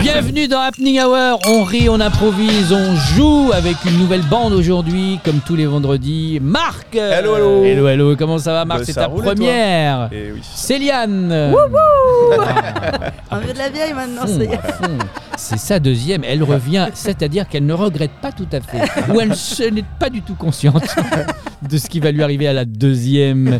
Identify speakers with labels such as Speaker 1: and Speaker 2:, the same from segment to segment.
Speaker 1: Bienvenue dans Happening Hour, on rit, on improvise, on joue avec une nouvelle bande aujourd'hui, comme tous les vendredis. Marc euh,
Speaker 2: Hello, hello.
Speaker 1: Hello, hello, comment ça va Marc
Speaker 2: Bah,
Speaker 1: C'est
Speaker 2: ça
Speaker 1: ta
Speaker 2: roule, et toi
Speaker 1: première
Speaker 2: Et oui.
Speaker 1: Céliane Ah
Speaker 3: Un peu de la vieille maintenant,
Speaker 1: À fond,
Speaker 3: c'est
Speaker 1: à fond. C'est sa deuxième, elle revient, c'est-à-dire qu'elle ne regrette pas tout à fait, ou elle se- n'est pas du tout consciente de ce qui va lui arriver à la deuxième.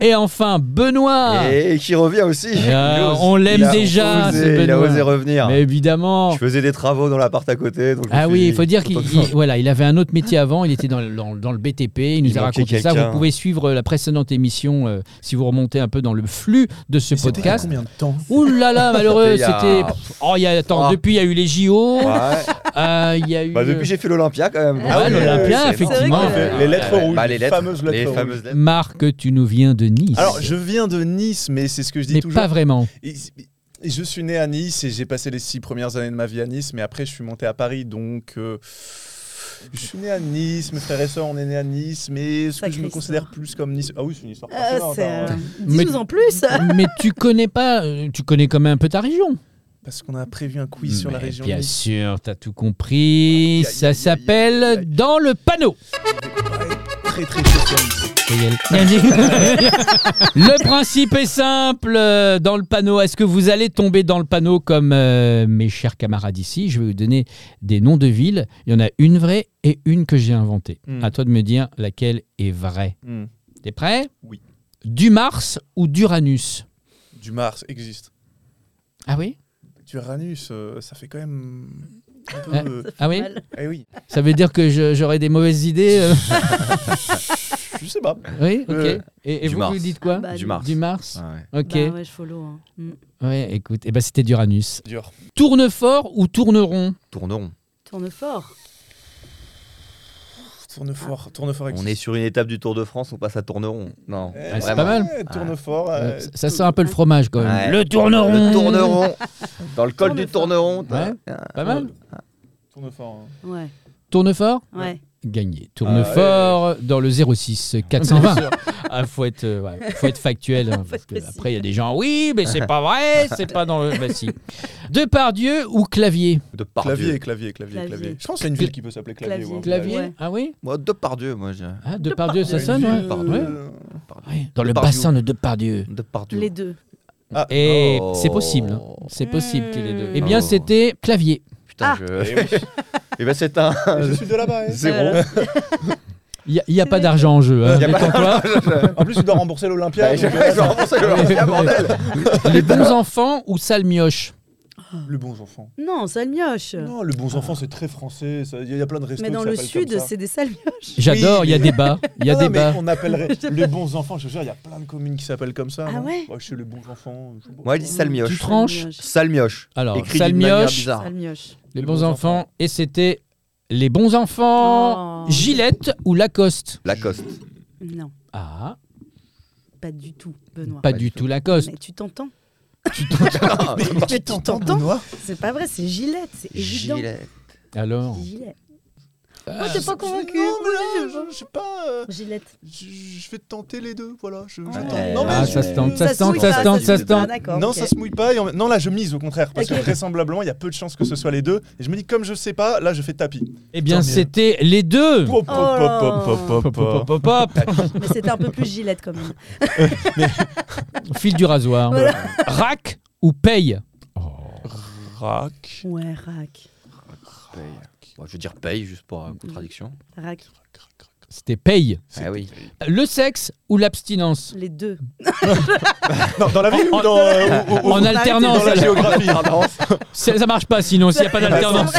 Speaker 1: Et enfin, Benoît
Speaker 2: Et qui revient aussi.
Speaker 1: Euh,
Speaker 2: Il ose.
Speaker 1: on Ah. l'aime
Speaker 2: Il a
Speaker 1: déjà,
Speaker 2: osé-
Speaker 1: ce
Speaker 2: il a
Speaker 1: Benoît.
Speaker 2: osé revenir.
Speaker 1: Mais évidemment
Speaker 2: Je faisais des travaux dans l'appart à côté. donc je
Speaker 1: Ah
Speaker 2: me
Speaker 1: oui,
Speaker 2: suis
Speaker 1: il faut dire
Speaker 2: dit,
Speaker 1: qu'il
Speaker 2: autant que
Speaker 1: il-
Speaker 2: ça.
Speaker 1: voilà, il avait un autre métier avant, il était dans, le- dans, dans le BTP, il nous
Speaker 2: Il
Speaker 1: a
Speaker 2: manquait
Speaker 1: raconté ça.
Speaker 2: quelqu'un.
Speaker 1: Vous pouvez suivre la précédente émission euh, si vous remontez un peu dans le flux de ce
Speaker 4: Mais c'était il y a
Speaker 1: podcast.
Speaker 4: combien de temps
Speaker 1: Ouh là là, malheureux,
Speaker 2: C'était il y a-
Speaker 1: c'était. Oh, il y a- attends,
Speaker 2: Ah.
Speaker 1: depuis il y a eu les JO,
Speaker 2: Ouais.
Speaker 1: euh, il y a eu.
Speaker 2: Bah, depuis, j'ai fait l'Olympia quand même.
Speaker 1: Ah ouais,
Speaker 2: oui,
Speaker 1: l'Olympia,
Speaker 2: c'est
Speaker 1: effectivement.
Speaker 2: énorme.
Speaker 1: Euh,
Speaker 5: les lettres
Speaker 2: Ah ouais,
Speaker 5: rouges,
Speaker 2: bah, les
Speaker 5: les
Speaker 2: lettres,
Speaker 5: fameuses lettres
Speaker 2: les
Speaker 5: rouges.
Speaker 2: fameuses lettres.
Speaker 1: Marc, tu nous viens de Nice.
Speaker 5: Alors, je viens de Nice, mais c'est ce que je dis
Speaker 1: mais
Speaker 5: toujours.
Speaker 1: pas vraiment.
Speaker 5: Et- et je suis né à Nice et j'ai passé les six premières années de ma vie à Nice, mais après, je suis monté à Paris, donc. euh, je suis né à Nice, mes frères et sœurs, on est né à Nice, mais est-ce que je
Speaker 3: Sacrée
Speaker 5: me considère
Speaker 3: histoire.
Speaker 5: plus comme Nice Ah oui, c'est une histoire.
Speaker 3: Euh,
Speaker 5: passionnante,
Speaker 3: c'est,
Speaker 5: hein.
Speaker 3: euh, Dis-nous
Speaker 1: Mais-
Speaker 3: en plus
Speaker 1: Mais tu connais pas, euh, tu connais quand même un peu ta région.
Speaker 5: Parce qu'on a prévu un quiz sur la
Speaker 1: Mmh, Mais
Speaker 5: région. de
Speaker 1: Bien
Speaker 5: Nice.
Speaker 1: sûr, t'as tout compris.
Speaker 5: Aïe, aïe,
Speaker 1: Ça
Speaker 5: aïe, aïe, aïe,
Speaker 1: s'appelle
Speaker 5: aïe.
Speaker 1: Dans le panneau.
Speaker 5: Très très spécialiste.
Speaker 1: le principe est simple euh, dans le panneau. Est-ce que vous allez tomber dans le panneau comme euh, mes chers camarades ici Je vais vous donner des noms de villes. Il y en a une vraie et une que j'ai inventée.
Speaker 5: Hmm.
Speaker 1: À toi de me dire laquelle est vraie.
Speaker 5: Hmm.
Speaker 1: T'es prêt
Speaker 5: Oui.
Speaker 1: Du Mars ou d'Uranus
Speaker 5: Du Mars existe.
Speaker 1: Ah oui
Speaker 5: Du Uranus, euh, ça fait quand même. Un peu.
Speaker 1: Ouais.
Speaker 5: euh,
Speaker 1: Ah oui
Speaker 3: Mal.
Speaker 5: eh oui.
Speaker 1: Ça veut dire que je- j'aurais des mauvaises idées euh
Speaker 5: Je sais pas.
Speaker 1: Oui, ok.
Speaker 5: Euh,
Speaker 1: et et
Speaker 2: du
Speaker 1: vous,
Speaker 2: Mars.
Speaker 1: vous dites quoi
Speaker 3: Bah,
Speaker 2: Du Mars.
Speaker 1: Du Mars
Speaker 2: Ouais.
Speaker 1: Ok.
Speaker 3: Bah ouais, je follow. hein. Mm.
Speaker 1: Ouais, écoute, eh ben, c'était d'Uranus.
Speaker 5: Dur.
Speaker 1: Tournefort ou tourneron
Speaker 2: Tournons.
Speaker 3: Tourne fort.
Speaker 5: Tourne fort. Tourne fort
Speaker 2: On
Speaker 5: existe.
Speaker 2: est sur une étape du Tour de France, on passe à Tourneron. Non.
Speaker 5: Eh,
Speaker 1: Ah, c'est
Speaker 2: vraiment.
Speaker 1: pas mal.
Speaker 5: ouais, Tourne fort.
Speaker 1: Euh,
Speaker 5: euh,
Speaker 1: ça- ça sent un peu le fromage quand même.
Speaker 2: Ouais.
Speaker 1: Le tourneron.
Speaker 2: Le Tourneron. Dans le col
Speaker 3: Tourne
Speaker 2: du
Speaker 3: fort.
Speaker 2: Tourneron.
Speaker 1: Ouais, pas mal.
Speaker 5: Tourne fort. hein.
Speaker 3: Ouais.
Speaker 1: Tourne fort
Speaker 3: Ouais.
Speaker 1: Gagné. Tourne
Speaker 5: Ah ouais.
Speaker 1: fort dans le 06 420. Ah, faut être, euh, ouais, faut être factuel. hein, parce
Speaker 3: être
Speaker 1: que
Speaker 3: précis.
Speaker 1: après, il y a des gens. Oui, mais c'est pas vrai. C'est pas dans le. Bah, si. Depardieu ou clavier
Speaker 2: De par
Speaker 5: Clavier,
Speaker 2: Dieu.
Speaker 5: clavier, clavier,
Speaker 3: Clavier.
Speaker 5: clavier. Je pense qu'il y a une ville qui peut s'appeler clavier.
Speaker 3: Clavier.
Speaker 5: ou un
Speaker 1: Clavier
Speaker 3: Ouais.
Speaker 1: Ah oui
Speaker 2: Moi, de par Dieu, moi. je-
Speaker 1: ah, Depardieu, ça
Speaker 5: Il y a
Speaker 1: sonne
Speaker 5: une
Speaker 1: ouais.
Speaker 5: ville,
Speaker 2: Pardieu.
Speaker 1: Ouais.
Speaker 5: euh,
Speaker 1: Ouais, Dans le
Speaker 2: Depardieu.
Speaker 1: bassin de Depardieu.
Speaker 2: De par Dieu.
Speaker 3: Les deux.
Speaker 5: Ah,
Speaker 1: Et
Speaker 2: Oh.
Speaker 1: c'est possible. hein. C'est possible qu'il y ait les deux. Eh bien,
Speaker 2: Oh.
Speaker 1: c'était clavier.
Speaker 2: Putain,
Speaker 3: Ah.
Speaker 2: je.
Speaker 5: eh oui.
Speaker 2: Eh ben, c'est un
Speaker 5: Je suis de là-bas. hein.
Speaker 2: zéro.
Speaker 3: Euh,
Speaker 1: Il n'y a, pas d'argent en jeu. hein,
Speaker 2: Il y a pas
Speaker 1: détends-toi.
Speaker 5: Euh, En plus, tu dois rembourser l'Olympia.
Speaker 2: Bah, je-
Speaker 5: donc, euh,
Speaker 2: je remboursais le
Speaker 1: Ouais,
Speaker 2: Olympia,
Speaker 1: ouais.
Speaker 2: bordel.
Speaker 1: Les bons enfants ou sale mioche
Speaker 5: Le bon enfant.
Speaker 3: Non, sale mioche.
Speaker 5: Non, le bon enfant, c'est très français. ça. Il y a- il y a plein de restos.
Speaker 3: Euh. mais dans
Speaker 5: qui
Speaker 3: le
Speaker 5: s'appellent
Speaker 3: sud,
Speaker 5: comme ça.
Speaker 3: c'est des sales mioches.
Speaker 1: J'adore, il
Speaker 5: Oui,
Speaker 1: y a
Speaker 5: mais-
Speaker 1: débat. Il y a
Speaker 5: Non, non, mais
Speaker 1: débat.
Speaker 5: On appellerait les bons enfants. Je te jure, il y a plein de communes qui s'appellent comme ça.
Speaker 3: Ah
Speaker 5: non
Speaker 3: ouais
Speaker 5: Bah, Chez les bons enfants. je sais pas.
Speaker 2: Moi, je dis
Speaker 1: Tu
Speaker 2: Salmioche.
Speaker 1: tranches
Speaker 2: Salmioche.
Speaker 1: Alors,
Speaker 2: Écrit
Speaker 1: sale
Speaker 2: d'une manière
Speaker 1: mioche,
Speaker 2: bizarre.
Speaker 3: Sale mioche.
Speaker 1: les bons enfants, et c'était les bons enfants,
Speaker 3: Oh.
Speaker 1: Gillette ou Lacoste
Speaker 2: Lacoste.
Speaker 3: Non,
Speaker 1: Ah,
Speaker 3: pas du tout, Benoît.
Speaker 1: pas du tout Lacoste.
Speaker 3: Mais tu t'entends
Speaker 5: Mais tu t'entends,
Speaker 3: t'entends
Speaker 5: Benoît
Speaker 3: C'est pas vrai, c'est Gillette, c'est évident.
Speaker 2: Gilet.
Speaker 1: Alors,
Speaker 3: Gillette.
Speaker 1: Ah,
Speaker 3: Moi, t'es pas convaincu.
Speaker 5: Non, mais là, je- je sais pas. euh,
Speaker 3: Gillette.
Speaker 5: Je je vais tenter les deux. Voilà. je- je
Speaker 3: Ah.
Speaker 5: tente. Non, mais
Speaker 1: ah,
Speaker 5: je-
Speaker 1: ça se tente, ça se
Speaker 3: se
Speaker 1: tente,
Speaker 3: mouille
Speaker 1: ça
Speaker 3: pas,
Speaker 1: se tente, ça se
Speaker 3: mouille pas,
Speaker 1: tente.
Speaker 3: D'accord.
Speaker 5: non,
Speaker 3: ok.
Speaker 5: ça se mouille pas. et en même- Non, là, je mise au contraire. Parce
Speaker 3: Ok.
Speaker 5: que vraisemblablement, il y a peu de chances que ce soit les deux. Et je me dis, comme je sais pas, là, je fais tapis.
Speaker 1: Eh bien,
Speaker 5: Tant mieux.
Speaker 1: c'était les deux.
Speaker 5: Pop,
Speaker 3: Oh
Speaker 5: pop,
Speaker 3: là
Speaker 5: pop, pop, pop,
Speaker 1: Pop,
Speaker 5: pop.
Speaker 1: pop, pop, pop.
Speaker 3: Mais c'était un peu plus Gillette quand même.
Speaker 1: Fil du rasoir.
Speaker 3: Voilà.
Speaker 1: Rack ou paye
Speaker 5: Rack.
Speaker 3: Ouais, rack.
Speaker 2: Paye. Bon, je veux dire paye juste pour euh, contradiction.
Speaker 3: Rack.
Speaker 1: C'était paye.
Speaker 2: Ah oui.
Speaker 1: Le sexe ou l'abstinence
Speaker 3: Les deux.
Speaker 5: Non, dans la vie ou dans, euh, ou- ou- ou-
Speaker 1: En alternance.
Speaker 5: dans la
Speaker 1: alors.
Speaker 5: géographie
Speaker 1: Ça ça marche pas sinon, s'il n'y a pas d'alternance.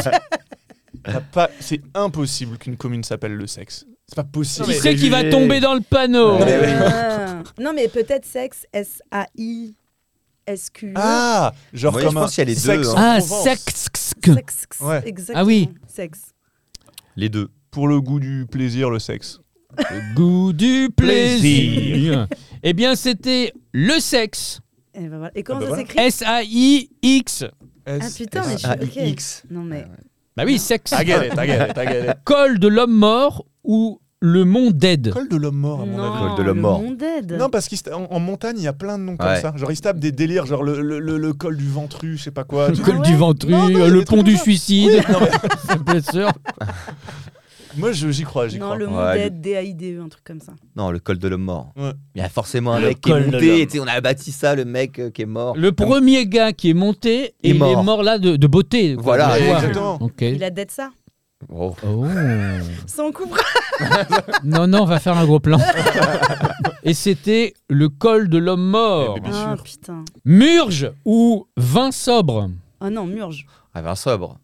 Speaker 5: T'as pas- C'est impossible qu'une commune s'appelle le sexe. C'est pas possible.
Speaker 1: Qui c'est qui va tomber dans le
Speaker 5: Oh.
Speaker 1: panneau
Speaker 5: Eh
Speaker 2: Ouais.
Speaker 3: Ah. non, mais peut-être sexe, S-A-I, S-Q.
Speaker 5: Ah, genre
Speaker 2: Moi, je
Speaker 5: comme un
Speaker 2: pense qu'il y a les
Speaker 5: sexe
Speaker 2: deux, hein.
Speaker 5: en
Speaker 1: Ah,
Speaker 5: Provence.
Speaker 1: sexe.
Speaker 3: Sexe.
Speaker 5: Ouais.
Speaker 3: Exactement.
Speaker 1: Ah oui.
Speaker 3: Sexe.
Speaker 2: Les deux.
Speaker 5: Pour le goût du plaisir, le sexe.
Speaker 1: Le goût du plaisir.
Speaker 5: Plaisir.
Speaker 1: eh bien, c'était le sexe.
Speaker 3: Et, ben voilà. Et comment
Speaker 5: Ah, bah
Speaker 3: ça
Speaker 5: voilà.
Speaker 3: s'écrit
Speaker 1: S-A-I-X.
Speaker 3: Ah putain, mais je suis
Speaker 2: Ah,
Speaker 3: ok.
Speaker 2: X.
Speaker 3: Non mais.
Speaker 1: Bah oui, sexe.
Speaker 5: Ah. I get it, I get it, I get it.
Speaker 1: Col de l'homme mort ou le mont d'Aide.
Speaker 5: Col de l'homme mort, à Ah, mon avis.
Speaker 2: Col de l'homme mort.
Speaker 3: Le monde aide.
Speaker 5: Non, parce qu'en en montagne, il y a plein de noms comme
Speaker 2: Ouais.
Speaker 5: ça. Genre, ils se tapent des délires, genre le, le- le- le col du ventru, je sais pas quoi.
Speaker 1: Le col
Speaker 3: ouais
Speaker 1: du ventru,
Speaker 5: Ah Non, non, il y a
Speaker 1: le
Speaker 5: des
Speaker 1: pont
Speaker 5: trucs
Speaker 1: du
Speaker 5: comme ça.
Speaker 1: suicide. C'est bien sûr.
Speaker 5: Moi, je- j'y crois, j'y
Speaker 3: Non,
Speaker 5: crois.
Speaker 3: le
Speaker 2: Ouais,
Speaker 3: monde
Speaker 2: le-
Speaker 3: aide, D-A-I-D-E, E, un truc comme ça.
Speaker 2: Non, le col de l'homme mort.
Speaker 5: Ouais.
Speaker 2: Il y a forcément un
Speaker 4: Le
Speaker 2: mec qui
Speaker 4: col
Speaker 2: est
Speaker 4: de
Speaker 2: monté.
Speaker 4: l'homme.
Speaker 2: tu sais, On a abattu ça, le mec euh, qui est mort.
Speaker 1: Le premier gars qui est monté, et
Speaker 2: Il est
Speaker 1: il est
Speaker 2: mort.
Speaker 1: mort là de, de beauté. quoi,
Speaker 2: Voilà,
Speaker 1: de
Speaker 5: Ouais,
Speaker 1: joie.
Speaker 5: exactement.
Speaker 1: Ok.
Speaker 3: Il a d'être ça.
Speaker 2: Oh.
Speaker 1: Oh.
Speaker 3: Ça en coupe.
Speaker 1: Non, non, on va faire un gros plan. Et c'était le col de l'homme mort.
Speaker 5: Eh bien,
Speaker 3: Ah
Speaker 5: sûr.
Speaker 3: putain.
Speaker 1: Murge ou vin sobre
Speaker 3: Ah non, Murge.
Speaker 2: Ah, ben sobre.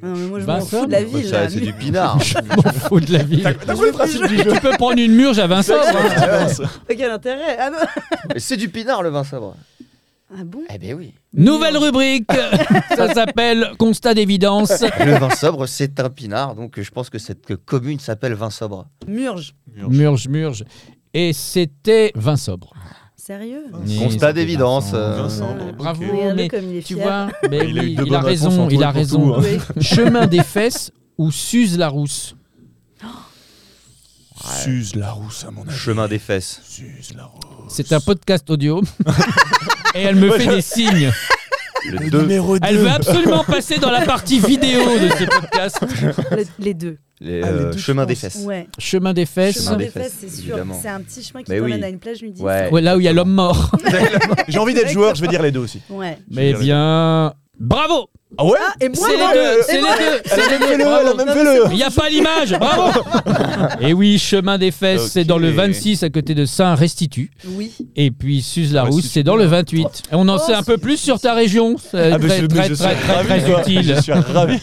Speaker 3: Ah, non, mais moi je
Speaker 1: Bah,
Speaker 3: m'en
Speaker 1: ça,
Speaker 3: fous de la
Speaker 2: Ça,
Speaker 3: ville. là.
Speaker 2: C'est c'est du pinard.
Speaker 1: Je m'en fous de la ville.
Speaker 5: T'as quoi le principe du jeu
Speaker 1: Tu peux prendre une murge à vin sobre.
Speaker 5: Ah,
Speaker 1: hein.
Speaker 3: Mais Quel intérêt ah, non.
Speaker 2: c'est du pinard, le vin sobre.
Speaker 3: Ah bon
Speaker 2: Eh ben oui.
Speaker 1: Nouvelle rubrique. Ça s'appelle Constat d'évidence.
Speaker 2: Le vin sobre, c'est un pinard. Donc, euh, je pense que cette commune s'appelle vin sobre.
Speaker 1: Ah.
Speaker 3: Murge.
Speaker 1: Murge, murge. Et c'était vin sobre.
Speaker 3: Sérieux
Speaker 2: Constat d'évidence.
Speaker 5: Vin
Speaker 2: euh,
Speaker 5: sobre.
Speaker 1: Bravo,
Speaker 5: ok.
Speaker 3: Regardez
Speaker 1: mais
Speaker 3: comme il est
Speaker 1: Tu
Speaker 3: fier.
Speaker 1: vois, ben
Speaker 5: Il a
Speaker 1: oui,
Speaker 5: eu deux
Speaker 1: il a
Speaker 5: bonnes réponses
Speaker 1: raison,
Speaker 5: en tout
Speaker 1: il
Speaker 5: et
Speaker 1: a
Speaker 5: pour
Speaker 1: raison.
Speaker 5: tout, hein.
Speaker 3: Oui.
Speaker 1: Chemin des fesses ou Suze la rousse
Speaker 5: Suze la rousse, à mon avis.
Speaker 2: Chemin des fesses.
Speaker 5: Suze la rousse.
Speaker 1: C'est un podcast audio. Et elle me
Speaker 5: Ouais,
Speaker 1: fait
Speaker 5: je-
Speaker 1: des signes.
Speaker 2: Le 2.
Speaker 5: numéro 2.
Speaker 1: Elle veut absolument passer dans la partie vidéo de ce podcast.
Speaker 3: Le- les deux.
Speaker 5: Ah, les deux, je
Speaker 2: euh, chemin des
Speaker 5: pense.
Speaker 2: fesses.
Speaker 3: Ouais.
Speaker 1: Chemin des fesses.
Speaker 3: Chemin
Speaker 2: des
Speaker 3: des fesses,
Speaker 2: fesses,
Speaker 3: c'est sûr.
Speaker 2: évidemment.
Speaker 3: C'est un petit chemin qui
Speaker 2: Mais
Speaker 3: t'emmène
Speaker 2: oui.
Speaker 3: à une plage nudiste.
Speaker 2: Ouais.
Speaker 1: Ouais, là où il y a l'homme mort.
Speaker 5: J'ai envie d'être joueur, je vais dire les deux aussi.
Speaker 3: Ouais.
Speaker 1: Mais
Speaker 5: dirais-
Speaker 1: bien. Bravo
Speaker 5: Ah ouais
Speaker 3: Ah, et moi,
Speaker 1: C'est les
Speaker 3: moi,
Speaker 1: deux
Speaker 3: euh,
Speaker 1: C'est
Speaker 3: et
Speaker 1: les
Speaker 3: moi-
Speaker 1: deux
Speaker 5: Elle a
Speaker 1: c'est les
Speaker 5: même
Speaker 1: deux,
Speaker 5: fait le, elle
Speaker 1: bravo.
Speaker 5: a même fait le.
Speaker 1: Il n'y a pas l'image, bravo Et oui, Chemin des Fesses, c'est dans le
Speaker 5: Ok.
Speaker 1: 26 à côté de Saint-Restitut.
Speaker 3: Oui.
Speaker 1: Et puis Suze la
Speaker 5: Ouais,
Speaker 1: rousse,
Speaker 5: c'est
Speaker 1: c'est dans le 28. Et on en
Speaker 3: Oh,
Speaker 1: sait un
Speaker 3: c'est-
Speaker 1: peu plus sur ta région. C'est
Speaker 5: Ah, mais
Speaker 1: très,
Speaker 5: je- mais
Speaker 1: très,
Speaker 5: je suis
Speaker 1: très, très,
Speaker 5: ravi,
Speaker 1: très
Speaker 5: quoi.
Speaker 1: utile,
Speaker 5: Je suis ravi.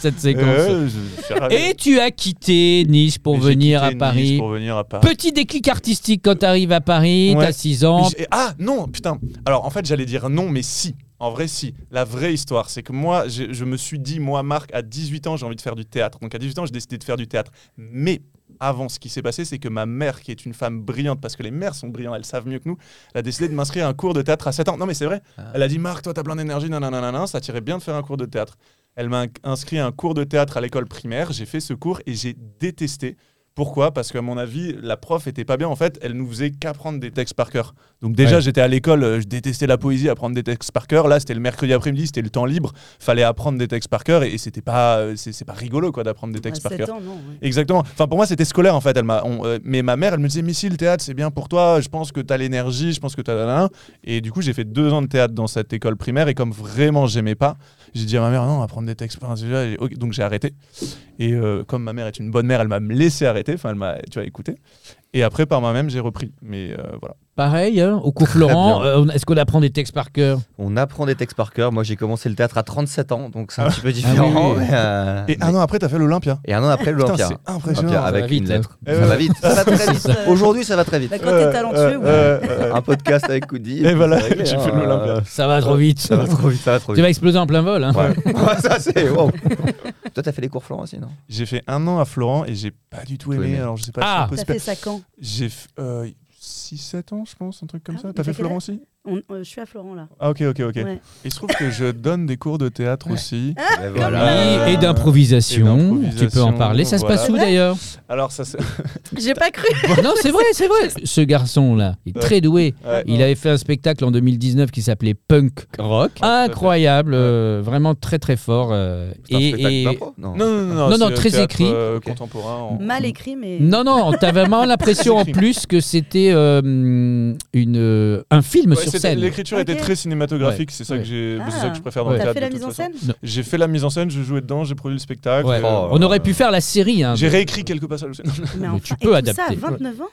Speaker 1: cette séquence.
Speaker 5: Euh, je- je suis ravi.
Speaker 1: Et tu as quitté Nice pour
Speaker 5: Et j'ai
Speaker 1: venir
Speaker 5: quitté
Speaker 1: à
Speaker 5: Nice
Speaker 1: Paris.
Speaker 5: Pour venir à Paris.
Speaker 1: Petit déclic artistique quand tu arrives à Paris,
Speaker 5: Ouais.
Speaker 1: t'as 6 ans.
Speaker 5: Mais j'ai- Ah non, putain. Alors en fait, j'allais dire non, mais si. En vrai, si. La vraie histoire, c'est que moi, je, je me suis dit, moi, Marc, à 18 ans, j'ai envie de faire du théâtre. Donc à 18 ans, j'ai décidé de faire du théâtre. Mais avant, ce qui s'est passé, c'est que ma mère, qui est une femme brillante, parce que les mères sont brillantes, elles savent mieux que nous, elle a décidé de m'inscrire à un cours de théâtre à 7 ans. Non, mais c'est vrai. Elle a dit, Marc, toi, t'as plein d'énergie, nanana, ça tirait bien de faire un cours de théâtre. Elle m'a inc- inscrit à un cours de théâtre à l'école primaire. J'ai fait ce cours et j'ai détesté. Pourquoi Parce qu'à mon avis, la prof était pas bien. En fait, elle nous faisait qu'apprendre des textes par cœur. Donc déjà, j'étais à l'école, euh, je détestais la poésie, apprendre des textes par cœur. Là, c'était le mercredi après-midi, c'était le temps libre. Fallait apprendre des textes par cœur et, et c'était pas, euh, c'est c'est pas rigolo quoi d'apprendre des
Speaker 3: À
Speaker 5: textes par
Speaker 3: 7
Speaker 5: cœur.
Speaker 3: ans, non. ouais.
Speaker 5: Exactement. Enfin, pour moi, c'était scolaire en fait. Elle m'a, on- euh, mais ma mère, elle me disait, mais si le théâtre, c'est bien pour toi. Je pense que t'as l'énergie. Je pense que t'as. nanana. Et du coup, j'ai fait deux ans de théâtre dans cette école primaire. Et comme vraiment, j'aimais pas, j'ai dit à ma mère, non, on va prendre des textes. par cœur. Et ok, donc j'ai arrêté. Et euh, comme ma mère est une bonne mère, elle m'a laissé arrêter. Enfin, elle m'a, tu vois, écouté. Et après, par moi-même, j'ai repris. Mais euh, voilà.
Speaker 1: Pareil, hein, au cours Florent,
Speaker 2: bien.
Speaker 1: euh, on- est-ce qu'on apprend des textes par cœur
Speaker 2: On apprend des textes par cœur. Moi, j'ai commencé le théâtre à 37 ans, donc c'est un petit peu différent.
Speaker 1: oui, oui.
Speaker 2: mais, euh,
Speaker 5: Et un an après, t'as fait l'Olympia.
Speaker 2: et un an après,
Speaker 5: Putain,
Speaker 2: l'Olympia. ah,
Speaker 5: c'est impressionnant.
Speaker 2: Olympia
Speaker 1: va
Speaker 2: avec
Speaker 1: vite,
Speaker 2: une
Speaker 1: hein.
Speaker 2: lettre.
Speaker 5: Eh
Speaker 2: Ça
Speaker 5: ouais.
Speaker 2: va vite. Ça va très vite.
Speaker 3: Euh,
Speaker 2: Aujourd'hui, ça va très vite.
Speaker 3: bah, quand
Speaker 5: Euh,
Speaker 3: t'es talentueux, ouais.
Speaker 2: Un podcast avec Woody.
Speaker 5: Et voilà,
Speaker 2: Ah, c'est réglé,
Speaker 5: j'ai fait
Speaker 2: hein.
Speaker 5: l'Olympia.
Speaker 1: Ça va trop vite.
Speaker 2: Ça va trop vite, ça va trop
Speaker 1: Tu
Speaker 2: vite.
Speaker 1: vas exploser en plein vol. hein.
Speaker 2: Ouais. Ouais, ça, c'est. wow. Toi, t'as fait les cours Florent aussi, non
Speaker 5: J'ai fait un an à Florent et j'ai pas du tout
Speaker 2: Tout
Speaker 5: aimé.
Speaker 2: aimé.
Speaker 5: Alors, je sais pas
Speaker 1: Ah.
Speaker 5: si on peut
Speaker 3: T'as
Speaker 5: se
Speaker 3: fait ça quand
Speaker 5: J'ai 6-7 ans, je pense, un truc comme
Speaker 3: Ah,
Speaker 5: ça.
Speaker 3: mais
Speaker 5: T'as
Speaker 3: t'as
Speaker 5: fait
Speaker 3: quel
Speaker 5: Florent
Speaker 3: âge
Speaker 5: aussi
Speaker 3: On- euh, Je suis à Florent là.
Speaker 5: Ah, ok, ok, ok.
Speaker 3: Ouais. Ah.
Speaker 5: Il se trouve que je donne des cours de théâtre aussi.
Speaker 2: Et
Speaker 5: Voilà.
Speaker 1: Et d'improvisation,
Speaker 5: Et
Speaker 1: tu peux en parler. Ça se passe où
Speaker 3: voilà.
Speaker 1: d'ailleurs
Speaker 5: Alors, ça c'est.
Speaker 3: J'ai pas cru.
Speaker 1: Non, c'est vrai, c'est vrai. Ce garçon-là, il est très doué.
Speaker 5: Ouais.
Speaker 1: Il avait fait un spectacle en 2019 qui s'appelait Punk Rock.
Speaker 5: Ouais,
Speaker 1: Incroyable, euh, vraiment très très fort. euh,
Speaker 2: C'est un
Speaker 1: et-
Speaker 2: spectacle
Speaker 1: et-
Speaker 2: d'impro Non.
Speaker 5: Non, non, non,
Speaker 1: Non, non,
Speaker 5: c'est
Speaker 1: très
Speaker 5: théâtre,
Speaker 1: écrit.
Speaker 5: euh,
Speaker 2: Ok.
Speaker 5: Contemporain. en-
Speaker 3: Mal écrit, mais.
Speaker 1: Non, non, t'as vraiment l'impression en
Speaker 5: C'est écrit.
Speaker 1: plus que c'était euh, une, euh, un film
Speaker 5: Ouais,
Speaker 1: sur
Speaker 5: c'était-
Speaker 1: scène.
Speaker 5: L'écriture était
Speaker 3: Ok.
Speaker 5: très cinématographique, c'est ça,
Speaker 1: Ouais.
Speaker 5: que j'ai-
Speaker 3: Ah.
Speaker 5: c'est ça que je préfère dans
Speaker 1: Ouais.
Speaker 5: le
Speaker 3: T'as
Speaker 5: théâtre.
Speaker 3: fait la
Speaker 5: de toute
Speaker 3: mise en
Speaker 5: façon.
Speaker 3: scène
Speaker 5: J'ai fait la mise en scène, je jouais dedans, j'ai produit le spectacle.
Speaker 1: Ouais.
Speaker 5: euh,
Speaker 1: On aurait pu faire la série. hein,
Speaker 5: J'ai
Speaker 1: de-
Speaker 5: réécrit quelques passages. aussi.
Speaker 3: Mais
Speaker 1: Mais
Speaker 3: enfin,
Speaker 1: tu
Speaker 3: et
Speaker 1: peux
Speaker 3: tout Ça, à
Speaker 1: adapter.
Speaker 3: 29 ans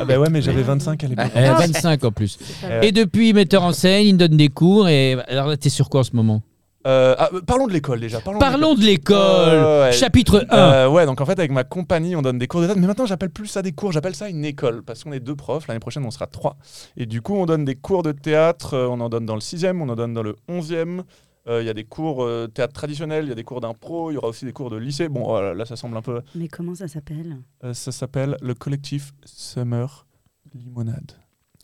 Speaker 5: ah, bah ouais, mais j'avais
Speaker 3: Ouais.
Speaker 5: 25 à l'époque.
Speaker 1: Euh, 25 en plus.
Speaker 5: Euh,
Speaker 1: Et depuis, metteur en scène, il donne des cours. Et alors là, t'es sur quoi en ce moment
Speaker 5: Euh, ah, parlons de l'école déjà. Parlons, de
Speaker 1: Parlons de l'école.
Speaker 5: Euh, ouais.
Speaker 1: Chapitre 1.
Speaker 5: Euh, ouais, donc en fait, avec ma compagnie, on donne des cours de théâtre. Mais maintenant, j'appelle plus ça des cours, j'appelle ça une école. Parce qu'on est deux profs, l'année prochaine, on sera trois. Et du coup, on donne des cours de théâtre. euh, on en donne dans le 6e, on en donne dans le 11e. Euh, Il y a des cours euh, théâtre traditionnel, il y a des cours d'impro, il y aura aussi des cours de lycée. Bon, voilà, là, ça semble un peu.
Speaker 3: Mais comment ça s'appelle
Speaker 5: Euh, ça s'appelle le collectif Summer Limonade.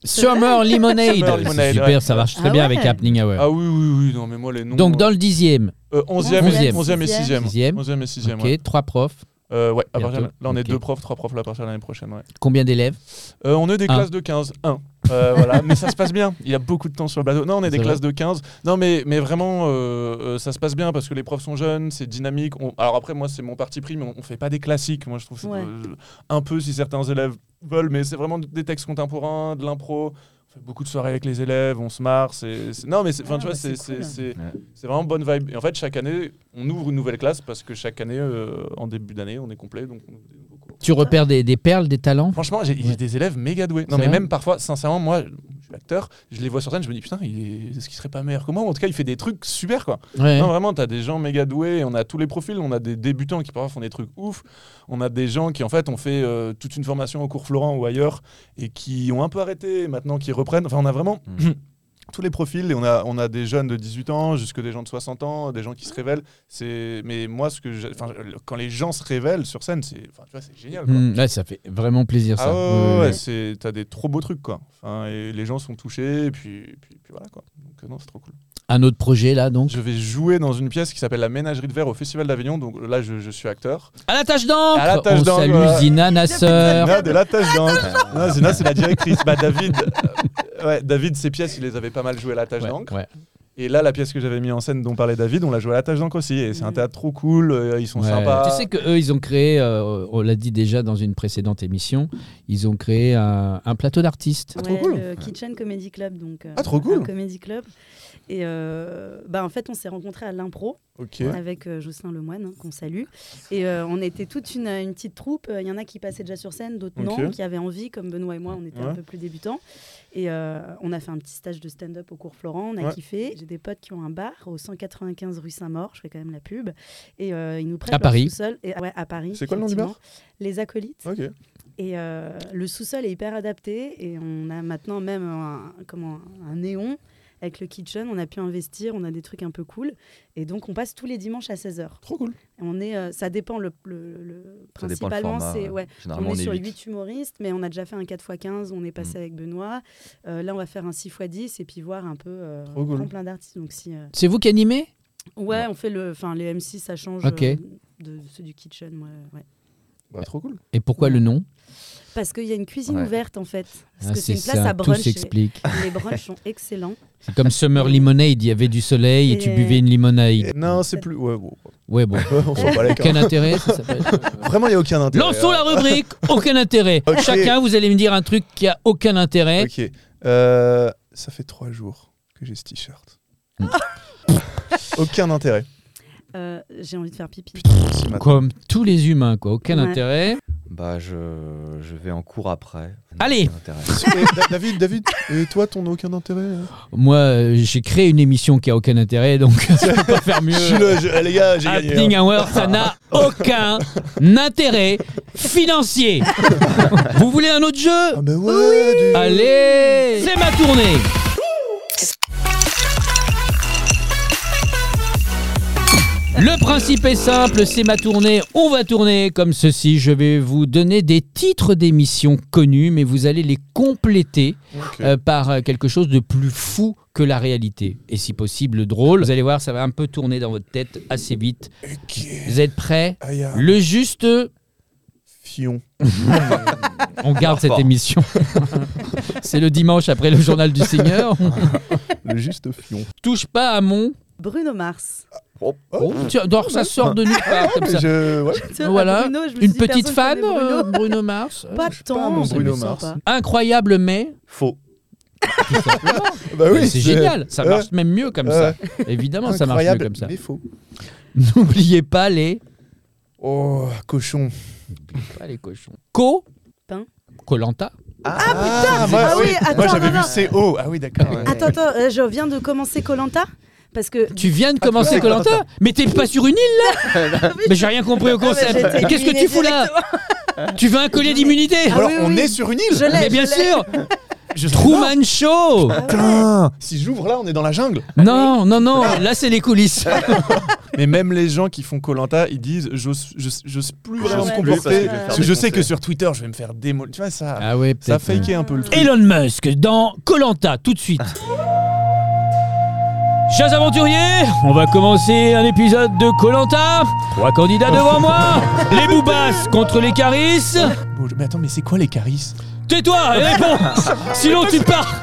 Speaker 1: Summer Lemonade.
Speaker 5: Summer
Speaker 1: C'est
Speaker 5: Lemonade,
Speaker 1: super,
Speaker 5: ouais.
Speaker 1: ça marche très
Speaker 3: Ah
Speaker 1: bien
Speaker 3: ouais.
Speaker 1: avec Happening Hour.
Speaker 5: Ah oui, oui, oui, non, mais moi, les noms. euh,
Speaker 1: Donc dans le dixième,
Speaker 5: 11e,
Speaker 1: Onzième.
Speaker 5: et 6e.
Speaker 1: Sixième.
Speaker 5: 11e et 6e.
Speaker 1: ok, trois profs.
Speaker 5: Euh, ouais, à
Speaker 1: Bientôt.
Speaker 5: partir de- là, on est
Speaker 1: Ok.
Speaker 5: deux profs, trois profs là, à partir de l'année prochaine. Ouais.
Speaker 1: Combien d'élèves
Speaker 5: Euh, on est des
Speaker 1: Un.
Speaker 5: classes de 15, 1. voilà. mais ça se passe bien. Il y a beaucoup de temps sur le plateau. Non, on est des
Speaker 1: C'est
Speaker 5: classes de 15. Non, mais, mais vraiment, euh, euh, ça se passe bien parce que les profs sont jeunes, c'est dynamique. On- Alors après, moi, c'est mon parti pris, mais on, on fait pas des classiques. Moi, je trouve que c'est,
Speaker 3: Ouais.
Speaker 5: euh, un peu si certains élèves veulent, mais c'est vraiment des textes contemporains, de l'impro. On fait beaucoup de soirées avec les élèves, on se marre. c'est- c'est- Non, mais c'est, enfin,
Speaker 3: Ah,
Speaker 5: tu vois,
Speaker 3: bah,
Speaker 5: c'est,
Speaker 3: c'est cool.
Speaker 5: c'est- c'est-
Speaker 2: Ouais.
Speaker 5: c'est vraiment bonne vibe. Et en fait, chaque année, on ouvre une nouvelle classe parce que chaque année, euh, en début d'année, on est complet, donc on ouvre des nouveaux cours.
Speaker 1: Tu repères des, des perles, des talents
Speaker 5: Franchement, j'ai j'ai des élèves méga doués.
Speaker 1: C'est
Speaker 5: Non, mais
Speaker 1: vrai
Speaker 5: même parfois, sincèrement, moi, je suis acteur, je les vois sur scène, je me dis putain, il est- est-ce qu'il serait pas meilleur que moi Ou En tout cas, il fait des trucs super quoi.
Speaker 1: Ouais.
Speaker 5: Non, vraiment, t'as des gens méga doués, et on a tous les profils, on a des débutants qui parfois font des trucs ouf, on a des gens qui en fait ont fait euh, toute une formation au cours Florent ou ailleurs et qui ont un peu arrêté, et maintenant qui reprennent. Enfin, on a vraiment.
Speaker 2: Mm.
Speaker 5: Tous les profils, et on a, on a des jeunes de 18 ans jusque des gens de 60 ans, des gens qui se révèlent. C'est- Mais moi, ce que j'ai- enfin, quand les gens se révèlent sur scène, c'est enfin, tu vois, c'est génial. Quoi.
Speaker 1: Hmm, ouais, ça fait vraiment plaisir ça.
Speaker 5: Ah ouais, ouais,
Speaker 1: Ouais.
Speaker 5: ouais, c'est t'as des trop beaux trucs quoi. Enfin, et les gens sont touchés et puis, et puis, puis voilà quoi. Donc euh, non, c'est trop cool.
Speaker 1: Un autre projet là donc.
Speaker 5: Je vais jouer dans une pièce qui s'appelle La Ménagerie de verre au Festival d'Avignon. Donc là, je, je suis acteur.
Speaker 1: À la tâche d'encre
Speaker 5: À la tâche
Speaker 1: On
Speaker 5: d'encre,
Speaker 1: salue
Speaker 5: ouais.
Speaker 1: Zina Nasser.
Speaker 5: Nad est la tâche d'encre. Non, Zina, c'est la directrice. Bah David, euh, ouais, David, ses pièces, il les avait pas mal jouées à la tâche
Speaker 1: Ouais,
Speaker 5: d'encre.
Speaker 1: ouais.
Speaker 5: Et là, la pièce que j'avais mis en scène dont parlait David, on l'a jouée à la tâche d'encre aussi. Et c'est un théâtre trop cool. euh, ils sont
Speaker 1: Ouais.
Speaker 5: sympas.
Speaker 1: Mm. Tu sais qu'eux, ils ont créé, euh, on l'a dit déjà dans une précédente émission, ils ont créé un, un plateau d'artistes.
Speaker 5: Ah, trop cool.
Speaker 3: Le Kitchen Comedy Club, donc. euh,
Speaker 5: Ah, trop cool.
Speaker 3: un comedy club. Et euh, bah, en fait, on s'est rencontrés à l'impro
Speaker 5: Ok.
Speaker 3: avec euh, Jocelyn Lemoine, hein, qu'on salue. Et euh, on était toute une, une petite troupe. Il y en a qui passaient déjà sur scène, d'autres
Speaker 5: Ok.
Speaker 3: non, qui avaient envie, comme Benoît et moi, on était un
Speaker 5: Ouais.
Speaker 3: peu plus débutants. Et euh, on a fait un petit stage de stand-up au cours Florent, on a
Speaker 5: Ouais.
Speaker 3: kiffé. J'ai des potes qui ont un bar au 195 rue Saint-Maur, je fais quand même la pub. Et euh, ils nous prêtent
Speaker 1: À
Speaker 3: leur
Speaker 1: Paris.
Speaker 3: sous-sol. Et, ouais, à Paris.
Speaker 5: C'est quoi le nom du bar
Speaker 3: effectivement. Les Acolytes.
Speaker 5: Ok.
Speaker 3: Et euh, le sous-sol est hyper adapté et on a maintenant même un, comment, un néon avec le kitchen. On a pu investir, on a des trucs un peu cool. Et donc, on passe tous les dimanches à 16h.
Speaker 5: Trop cool.
Speaker 3: On est, euh, ça dépend le, le- le-
Speaker 2: Ça dépend le
Speaker 3: principalement,
Speaker 2: format,
Speaker 3: c'est
Speaker 2: ouais.
Speaker 3: ouais, on
Speaker 2: Généralement,
Speaker 3: est
Speaker 2: on
Speaker 3: sur
Speaker 2: est 8.
Speaker 3: 8 humoristes, mais on a déjà fait un 4x15, on est passé avec Benoît. Euh, là, on va faire un 6x10 et puis voir un peu euh,
Speaker 5: Trop cool.
Speaker 3: plein, plein d'artistes. Donc si, euh,
Speaker 1: C'est vous qui animez
Speaker 3: ouais, on fait le, enfin les M6, ça change
Speaker 1: Ok.
Speaker 3: euh, de ceux du kitchen. ouais, ouais.
Speaker 5: Bah, trop cool.
Speaker 1: Et pourquoi
Speaker 3: Ouais.
Speaker 1: le nom
Speaker 3: Parce qu'il y a une cuisine
Speaker 2: Ouais.
Speaker 3: ouverte en fait, parce
Speaker 1: Ah,
Speaker 3: que c'est une place
Speaker 1: ça,
Speaker 3: à
Speaker 1: tout
Speaker 3: brunch. et-
Speaker 1: s'explique.
Speaker 3: Les brunchs sont excellents.
Speaker 1: C'est comme Summer Lemonade, il y avait du soleil et tu
Speaker 3: Et-
Speaker 1: buvais une limonade.
Speaker 5: Non, c'est plus. Ouais, bon.
Speaker 1: Ouais bon.
Speaker 5: on s'en bat les couilles.
Speaker 1: Aucun intérêt, ça s'appelle.
Speaker 5: Vraiment, il n'y a aucun intérêt.
Speaker 1: Lançons la rubrique, aucun intérêt.
Speaker 5: hein. Ok.
Speaker 1: Chacun, vous allez me dire un truc qui a aucun intérêt.
Speaker 5: Ok. Euh, ça fait trois jours que j'ai ce t-shirt. Aucun intérêt.
Speaker 3: Euh, J'ai envie de faire pipi.
Speaker 5: C'est ma-
Speaker 1: Comme tous les humains, quoi. Aucun
Speaker 3: Ouais.
Speaker 1: intérêt.
Speaker 2: Bah, je... je vais en cours après.
Speaker 1: Allez.
Speaker 2: Ça m'intéresse.
Speaker 5: Eh, Da- David, David, et toi, ton aucun intérêt hein
Speaker 1: Moi, euh, j'ai créé une émission qui a aucun intérêt, donc je peux pas faire mieux.
Speaker 5: Je suis le- je- eh, Les gars, j'ai gagné. Ah.
Speaker 1: Happening Hour, ça n'a aucun intérêt financier. Vous voulez un autre jeu
Speaker 5: Ah, bah ouais, du-
Speaker 1: Allez C'est ma tournée Le principe est simple, c'est ma tournée, on va tourner comme ceci. Je vais vous donner des titres d'émissions connues, mais vous allez les compléter
Speaker 5: Ok.
Speaker 1: euh, par euh, quelque chose de plus fou que la réalité. Et si possible, drôle. Vous allez voir, ça va un peu tourner dans votre tête assez vite.
Speaker 5: Ok.
Speaker 1: Vous êtes prêts
Speaker 5: Aïe, aïe.
Speaker 1: Le juste,
Speaker 5: Fion.
Speaker 1: on garde cette
Speaker 2: Fort.
Speaker 1: émission. c'est le dimanche après le journal du Seigneur.
Speaker 5: Le juste fion.
Speaker 1: Touche pas à mon.
Speaker 3: Bruno Mars.
Speaker 5: Oh,
Speaker 1: Oh, tiens, alors ça sort de nulle
Speaker 5: Ah,
Speaker 1: part comme ça.
Speaker 5: je... ouais.
Speaker 3: Tu vois,
Speaker 1: Voilà.
Speaker 3: Bruno, je me suis
Speaker 1: Une
Speaker 3: dit, personne
Speaker 1: petite fan,
Speaker 3: connaît Bruno.
Speaker 1: euh, Bruno Mars.
Speaker 3: Pas
Speaker 5: sais
Speaker 3: tant.
Speaker 5: pas, mon
Speaker 3: ça
Speaker 5: Bruno
Speaker 3: me
Speaker 5: Mars.
Speaker 3: sent pas.
Speaker 1: Incroyable, mais.
Speaker 2: Faux.
Speaker 5: Bah oui,
Speaker 1: c'est génial. Ça marche même mieux comme ça. Évidemment, Ah ça marche mieux
Speaker 5: Incroyable,
Speaker 1: comme ça.
Speaker 5: mais faux.
Speaker 1: N'oubliez pas les.
Speaker 5: Oh, cochon.
Speaker 1: Pas les cochons. Co.
Speaker 3: Pain.
Speaker 1: Colanta.
Speaker 2: Ah,
Speaker 5: Ah, moi,
Speaker 3: Ah oui,
Speaker 5: moi
Speaker 3: attends,
Speaker 5: j'avais
Speaker 3: non,
Speaker 5: vu
Speaker 3: non.
Speaker 5: CO. Ah oui, d'accord. ouais.
Speaker 3: Attends, attends, euh, je viens de commencer Colanta parce que
Speaker 1: Tu viens de
Speaker 5: Ah,
Speaker 1: commencer
Speaker 5: ouais,
Speaker 1: Colanta Mais t'es pas sur une île
Speaker 3: Ah oui,
Speaker 1: Mais j'ai rien compris au
Speaker 3: Ah, bah, j'ai
Speaker 1: concept.
Speaker 3: été
Speaker 1: Mais Qu'est-ce que tu
Speaker 3: éliminée
Speaker 1: fous là
Speaker 3: directement.
Speaker 1: Tu veux un collier d'immunité
Speaker 3: Ah
Speaker 5: Alors,
Speaker 3: oui,
Speaker 5: on
Speaker 3: oui.
Speaker 5: est sur une île.
Speaker 3: Je l'ai.
Speaker 1: Mais bien
Speaker 3: je l'ai.
Speaker 1: sûr Truman Show
Speaker 3: Ah
Speaker 5: Putain, si j'ouvre là, on est dans la jungle.
Speaker 1: Non, non, non,
Speaker 5: Ah.
Speaker 1: là c'est les coulisses.
Speaker 5: Mais même les gens qui font Colanta, ils disent j'ose, j'ose- j'ose plus vraiment me
Speaker 3: ouais,
Speaker 5: comporter.
Speaker 3: parce que je vais
Speaker 5: parce que,
Speaker 3: faire
Speaker 5: je sais
Speaker 2: défoncer.
Speaker 5: que sur Twitter, je vais me faire démolir. Tu vois, ça,
Speaker 1: Ah ouais,
Speaker 5: ça
Speaker 1: peut-être.
Speaker 5: fakeait un peu le truc.
Speaker 1: Elon Musk dans Colanta, tout de suite. Chers aventuriers, on va commencer un épisode de Colanta. Trois candidats devant moi. Les boubasses contre les carisses.
Speaker 5: Bon, je- Mais attends, mais c'est quoi les carisses
Speaker 1: Tais-toi et réponds. Sinon tu pars.